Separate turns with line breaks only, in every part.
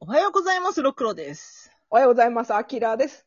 おはようございます、ろくろです。
おはようございます。アキラです。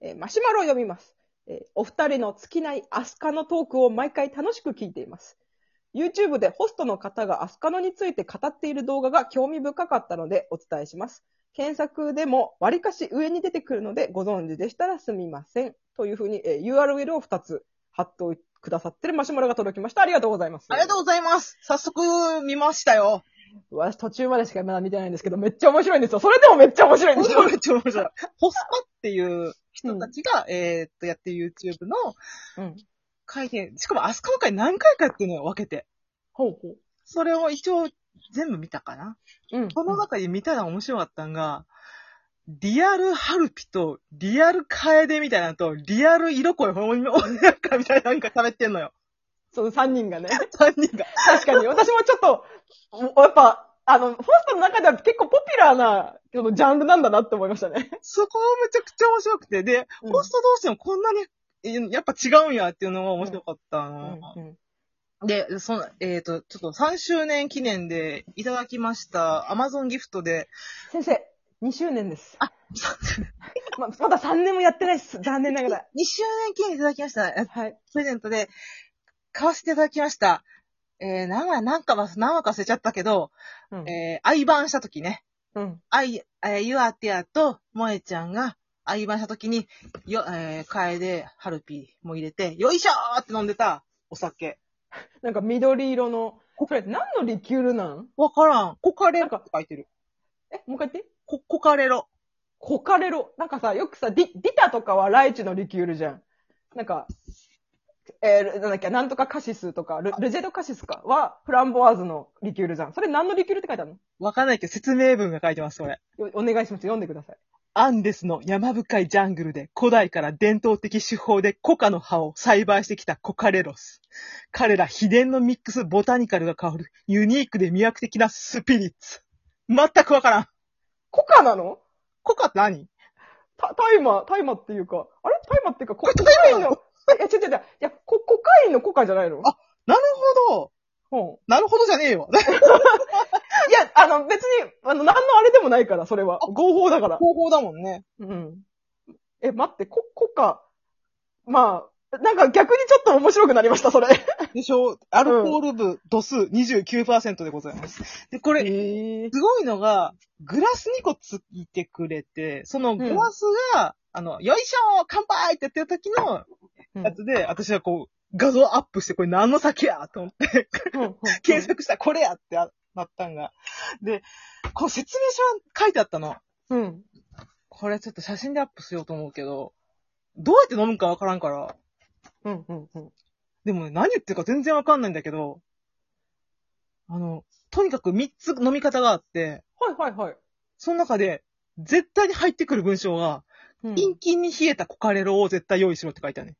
えーマシュマロを読みます。えーお二人の尽きないアスカのトークを毎回楽しく聞いています。YouTube でホストの方がアスカのについて語っている動画が興味深かったのでお伝えします。検索でも割かし上に出てくるのでご存知でしたらすみません。というふうに、えー URL を2つ貼っておいてくださってるマシュマロが届きました。ありがとうございます。
ありがとうございます。早速見ましたよ。
私途中までしかまだ見てないんですけど、めっちゃ面白いんですよ。それでもめっちゃ面白いん
め
で
っ
す
ちゃ
よ。
面白い。ホスパっていう人たちが、えーっと、やってる YouTube の
うん。
会で、しかもアスカの会何回かやってるのよ、分けて。
ほうほう。
それを一応全部見たかな。
うん。
この中で見たら面白かったんが、リアルハルピと、リアルカエデみたいなのと、リアル色恋ほんまになんかみたいななんか喋ってんの よ。
その3人がね。
3人が。
確かに。私もちょっと、おやっぱ、あの、ホストの中では結構ポピュラーな、そのジャンルなんだなって思いましたね。
そこもめちゃくちゃ面白くて、で、ホスト同士もこんなに、えやっぱ違うんやっていうのが面白かった
う
の。
ん
で、その、えっ、と、ちょっと3周年記念でいただきました、アマゾンギフトで、
先生、2周年です。ままだ3年もやってないです。残念ながら。
2周年記念いただきました、え
はい。
プレゼントで、買わせていただきました。えー、何話、何かは、何話か忘れちゃったけど、
うん
えー、相番した時ね、
うん。
あい、えー、ゆあてやと、もえちゃんが、相番した時に、よ、えー、かえで、はるぴも入れて、よいしょーって飲んでた、お酒。
なんか緑色の、それ何のリキュールなん
わからん。コカレロ
なん
って
か
書いてる。
え、もう一回言って。
コ、コカレロ。
コカレロ。なんかさ、よくさ、ディ、ディタとかはライチのリキュールじゃん。なんか、えーなんだっけ、なんとかカシスとか、ルルジェドカシスかは、フランボワーズのリキュールじゃん。それ何のリキュールって書いてあるの
わかんないけど、説明文が書いてます、これ。
よお願いします。読んでください。
アンデスの山深いジャングルで古代から伝統的手法でコカの葉を栽培してきたコカレロス。彼ら秘伝のミックスボタニカルが香るユニークで魅惑的なスピリッツ。全くわからん。
コカなの
コカって何
た、タイマー、タイマーっていうか、あれタイマーっていうか、コ
これ
コ
タイ
カイ
マー
ン
なの
の、えいや、違う違う違う。いや、コ、コカインのコカじゃないの
あなるほど。
うん。
なるほどじゃねえよ。
いや、あの、別に、あの、何のあれでもないから、それは。合法だから。
方法だもんね。
うん。え、待って、コ、コカ、まあ、なんか逆にちょっと面白くなりました、それ。
でしょアルコール部度数29%でございます。で、これ、
え
すごいのが、グラス2個ついてくれて、そのグラスが、あの、よいしょー乾杯ってやってる時のやつで、私はこう、画像アップして、これ何の酒やと思って、検索したらこれやってなったんが。で、こう説明書が書いてあったの。
うん。
これちょっと写真でアップしようと思うけど、どうやって飲むかわからんから、
うん、うん、うん。
でもね、何言ってるか全然わかんないんだけど、あの、とにかく3つ飲み方があって、
はい、はい、はい。
その中で、絶対に入ってくる文章が、
うん
キンキンに冷えたコカレロを絶対用意しろって書いてあるね。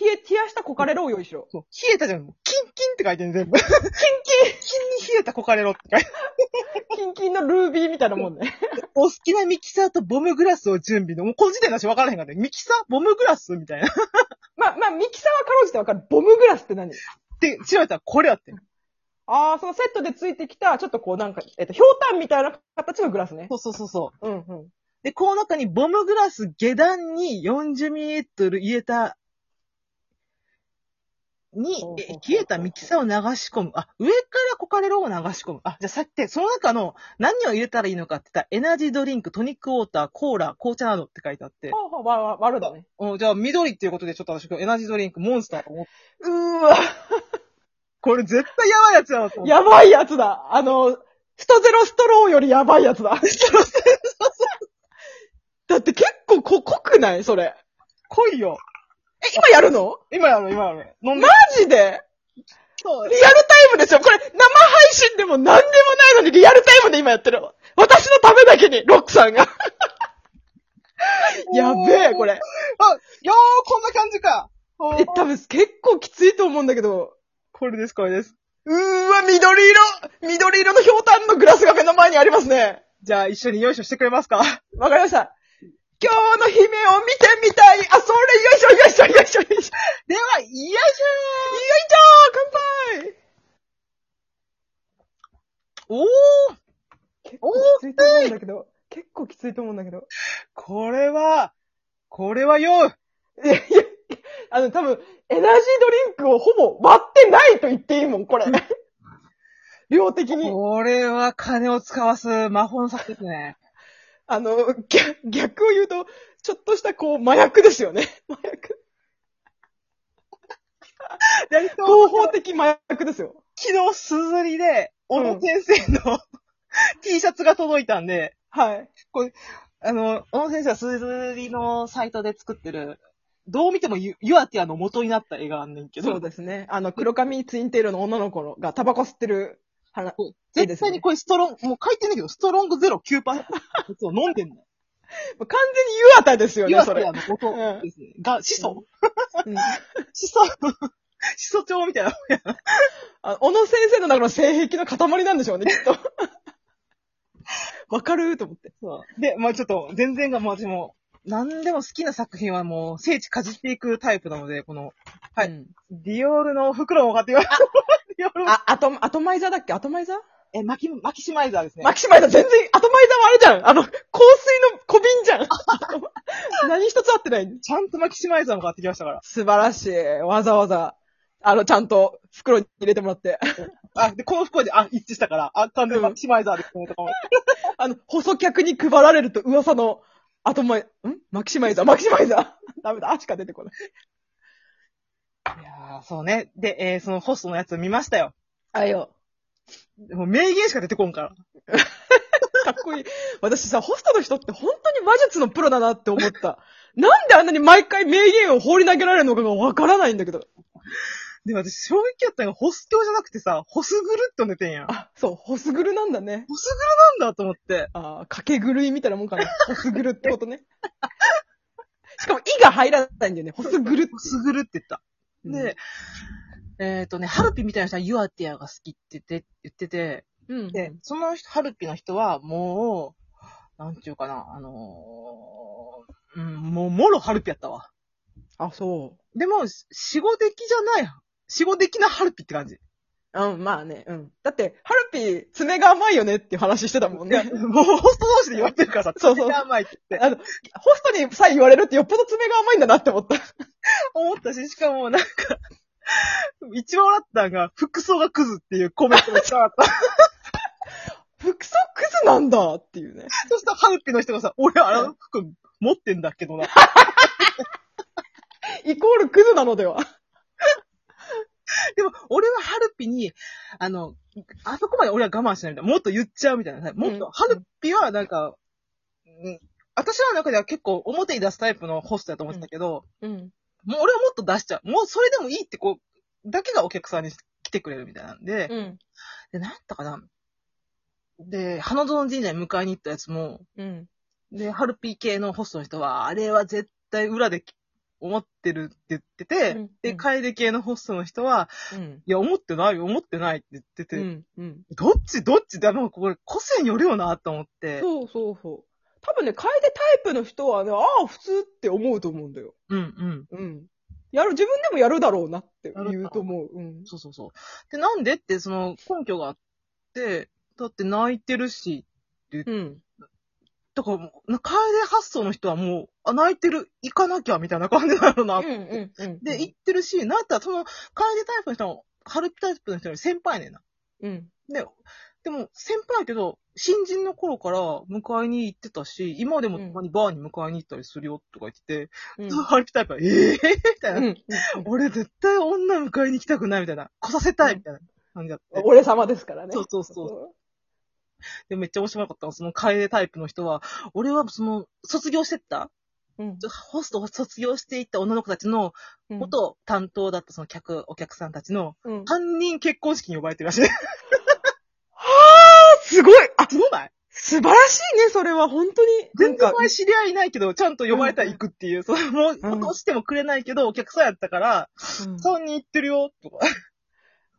冷え、冷やしたコカレロを用意しろ。
そう。冷えたじゃん。キンキンって書いてるね、 全部。キンキンキンに冷えたコカレロって書いてある
キンキンのルービーみたいなもんね。
お好きなミキサーとボムグラスを準備の。もうこの時点だし分からへんからね。ミキサーボムグラスみたいな。
まあ、まあ、ミキサーはかろうじてわかる。ボムグラスって何
で、調べたらこれやってん。
ああ、そのセットでついてきた、ちょっとこうなんか、えっ、と、ひょうたんみたいな形のグラスね
そ。うそうそうそう。
うんうん。
で、この中にボムグラス下段に 40ml 入れた、に
ほうほうほう、
え冷えたミキサーを流し込む。あ、上からコカレロを流し込む。あ、じゃあさって、その中の何を入れたらいいのかって言ったら、エナジードリンク、トニックウォーター、コーラ、紅茶などって書いてあって。
ほうほう、わ、わ、わるだね。
おじゃあ緑っていうことでちょっと私エナジードリンク、モンスターと思って。
うーわ、
これ絶対やばいやつだなと思って。
やばいやつだ。あの、ストゼロストローよりやばいやつだ。だって結構こ、濃くないそれ。
来いよ。
え、今やるの
今やろ、今やろ。飲んで
マ。ジで
そう
リアルタイムですよ。これ、生配信でも何でもないのにリアルタイムで今やってる。私のためだけに、ロックさんが。やべえ、これ。
あ、よー、こんな感じか。
え、多分結構きついと思うんだけど。
これです、これです。
うーわ、緑色緑色のひょうたんのグラスが目の前にありますね。
じゃあ一緒によいしょしてくれます か
わかりました。今日の姫を見てみたいあ、それ、よいしょ、よいしょ、よいしょ、よいしょ。
では、よいしょ
よいしょ乾杯
ーおー
結
構
構
き
きついと思うんだけど、結結構きついと思うんだけど。
これは、これは酔う
いやいや、あの、多分、エナジードリンクをほぼ割ってないと言っていいもん、これ。量的に。
これは金を使わす魔法の策ですね。
あの、逆、逆を言うと、ちょっとしたこう、麻薬ですよね。麻薬。
やりそう。
合法的麻薬ですよ。
昨日、すずりで、小野先生の、T シャツが届いたんで、
はい。
あの、小野先生はすずりのサイトで作ってる、どう見てもユユアティアの元になった絵があんねんけ
そう
ど、
ですね。あの、黒髪ツインテールの女の子がタバコ吸ってる話。いいで
絶
すね
対にこれストロング、もう書いてんだけど、ストロングゼロ9%のや つを飲んでんの。
完全にユアタですよ
ユア
ね、
テ
それ。
ィアの元ですね。が、始祖
うん
始祖 始祖帳みたいな。
あ小野先生の中の性癖の塊なんでしょうね、 きっと。わかると思って。
で、まあちょっと、全然が、もう私も、何でも好きな作品はもう、聖地かじっていくタイプなので、この、はい
うん
ディオールの袋も買ってよ。ディオールの
あ、アト、アトマイザーだっけアトマイザー
え、マキ、マキシマイザーですね。
マキシマイザー全然、アトマイザーはあれじゃんあの、香水の小瓶じゃん 何一つ合ってない。
ちゃんとマキシマイザーも買ってきましたから。
素晴らしい。わざわざ、あの、ちゃんと袋に入れてもらって。
あ、で、この袋で、あ、一致したから、あ、完全にマキシマイザーですね、とかも。
あの、細客に配られると噂の、アトマイ、んマキシマイザー、マキシマイザー。ダメだ、あしか出てこない。
いやー、そうね。で、えー、そのホストのやつ見ましたよ。
あよ。
でもう名言しか出てこんから。
かっこいい。私さ、ホストの人って本当に魔術のプロだなって思った。なんであんなに毎回名言を放り投げられるのかがわからないんだけど。
で、私、衝撃やったのが、ホス教じゃなくてさ、ホスグルって寝てんやん。ホ
あ、そう、ホスグルなんだね。
スグルなんだと思って。
ああ、かけ狂いみたいなもんかな。ホスグルってことね。 しかも、イが入らないんだよね。ホスグルって
ホスグルって言った。で、、えっ、とね、ハルピみたいな人はユアティアが好きって言って言ってて、
うん。
で、その人、ハルピの人はもう、なんていうかな、あのーうん、もう、もろハルピやったわ。
あ、そ
でも、死後的じゃない、死後的なハルピって感じ。
う。うん、まあね、うん。だって、ハルピー、爪が甘いよねっていう話してたもん
いや
ね。
もうホスト同士で言われてるからさ、
そうそう
爪が甘いって言って
あの、ホストにさえ言われるってよっぽど爪が甘いんだなって思った。
思ったし、しかもなんか、一番笑ったのが、服装がクズっていうコメントが伝わ った。
服装クズなんだっていうね。
そしたらハルピの人がさ、俺あの服持ってんだけどな。
イコールクズなのでは。
でも、俺はハルピに、あの、あそこまで俺は我慢しないみたいな。もっと言っちゃうみたいな。もっと、
うん
ハルピはなんか、うん、私らの中では結構表に出すタイプのホストだと思ってたけど、
うん。
もう俺はもっと出しちゃう。もうそれでもいいってこう、だけがお客さんに来てくれるみたいなんで、
うん。
で、なんやったかな。で、花園神社に迎えに行ったやつも、
うん。
で、ハルピ系のホストの人は、あれは絶対裏で思ってるって言ってて、
うんう
で、
ん
楓系のホストの人は、
うん。
いや、思ってない、思ってないって言ってて、
うん。うん。
どっちどっちでもこれ個性によるよなと思って。う。
そうそうそう。多分ね、楓タイプの人はね、ああ、普通って思うと思うんだよ。
んうん。
うん。やる、自分でもやるだろうなっ
や
て
るだろう
言うと思う。うん。
そうそうそう。で、なんでってその根拠があって、だって泣いてるし、
うん。
だからもう、楓発想の人はもう、あ、泣いてる、行かなきゃみたいな感じなの
う
な。
んうんうん。
で、行ってるし、なんだったらその楓タイプの人も、春樹タイプの人より先輩やねんな。
うん。
で、でも先輩やけど、新人の頃から迎えに行ってたし、今でもたまにバーに迎えに行ったりするよとか言ってて、
うん。
ハルピタイ プは、ええみたいな。
うん
俺絶対女迎えに行きたくないみたいな。来させたいみたいな感じだって。
俺様ですからね。
そうそうそう。で、めっちゃ面白かったのその楓タイプの人は、俺はその、卒業してった、
うん。
ホストを卒業していった女の子たちの、
うん
元担当だったその客、お客さんたちの、
うんあ、
犯人結婚式に呼ばれてるらしい。
すごいあ、
すごない
素晴らしいね、それは、本当に。
全
な
然
んか
前知り合いいないけど、ちゃんと呼ばれたら行くっていう、その、もう、落としてもくれないけど、お客さんやったから、
うん
3人行ってるよ、とか。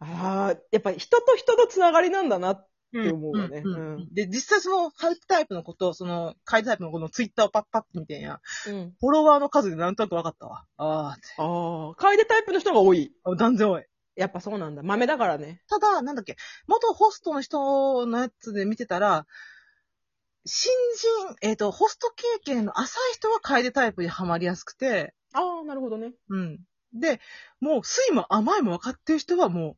ああ、やっぱ人と人のつながりなんだな。
って
思うわねうん
で、実際その、ハルピタイプのこと、その、カイタイプのこのツイッターをパッパッて見てんや。
うん。
フォロワーの数でなんとなく分かったわ。あーって
ああ、楓タイプの人が多い。
あ、断然多い。
やっぱそうなんだ。豆だからね。
ただ、なんだっけ、元ホストの人のやつで見てたら、新人、えっ、と、ホスト経験の浅い人は楓タイプにはまりやすくて、
ああ、なるほどね。
うん。で、もう、酸いも甘いも分かってる人はもう、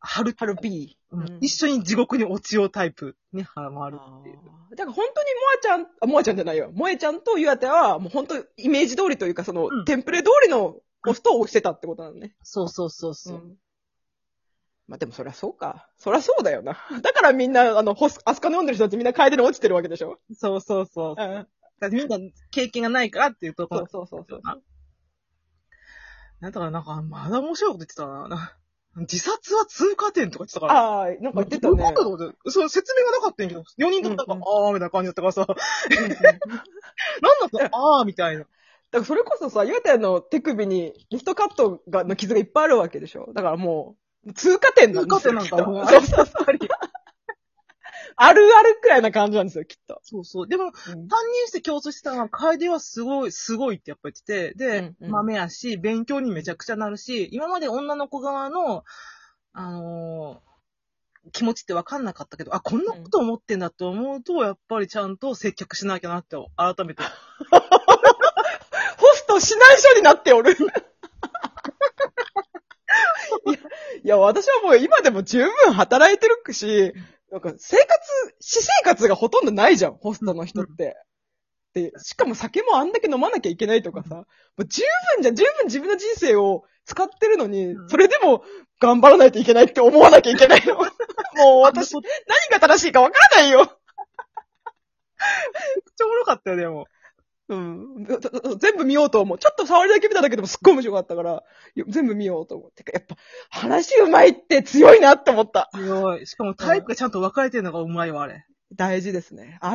春、
春 B。
うん
うん
一緒に地獄に落ちようタイプにはま
あ
る
ー
っていう。
だから本当にモアちゃん、あ、モアちゃんじゃないよ。モエちゃんとユアテは、もう本当イメージ通りというか、その、
うん
テンプレ通りのホストをしてたってことなのね。
そうそうそうそう。
んまあでもそりゃそうか。そりゃそうだよな。 だからみんな、あの、ホス、アスカの読んでる人たちみんな楓に落ちてるわけでしょ
そうそうそう。だ
ん。
からみんな経験がないからっていうとこ
そう
ろ。
そうそうそう。
なんだからなんか、まだ面白いこと言ってたな。な自殺は通過点とか言ってたから。
ああ、なんか言ってた
どういう
ね。
ことだとその説明がなかったんやけど、4人ともなんか、
うんうん
あーみたいな感じだったからさ、
うんうんだか
なんだ ったあーみたいな。
らそれこそさ、ユアテの手首にリストカットが、の傷がいっぱいあるわけでしょだからもう、通過点なんですよ。
通過点なんだ
きっとそうそうそう。 あるあるくらいな感じなんですよ、きっと。
そうそう。でも、
うん
担任して共通してたのは、楓はすごい、すごいってやっぱ言ってて、で、
うんうん
豆やし、勉強にめちゃくちゃなるし、今まで女の子側の、あのー気持ちって分かんなかったけど、あ、こんなこと思ってんだと思うと、やっぱりちゃんと接客しなきゃなって、改めて。
ホスト指南書になって おる。いや、いや私はもう今でも十分働いてるし、なんか生活、私生活がほとんどないじゃん、ホストの人って。で、しかも酒もあんだけ飲まなきゃいけないとかさ、もう十分じゃん、十分自分の人生を使ってるのに
う、ん
それでも頑張らないといけないって思わなきゃいけな いの。もう 私、何が正しいかわからないよ。
めっちゃおもろかったよ、でも。
うん。だだだ 全部見ようと思う。ちょっと触りだけ見ただけでもすっごい面白かったから、よ全部見ようと思う。てか、やっぱ、話うまいって強いなって思った。
すごい。しかもタイプがちゃんと分かれてるのがうまいわ、あれ。
大事ですね。あ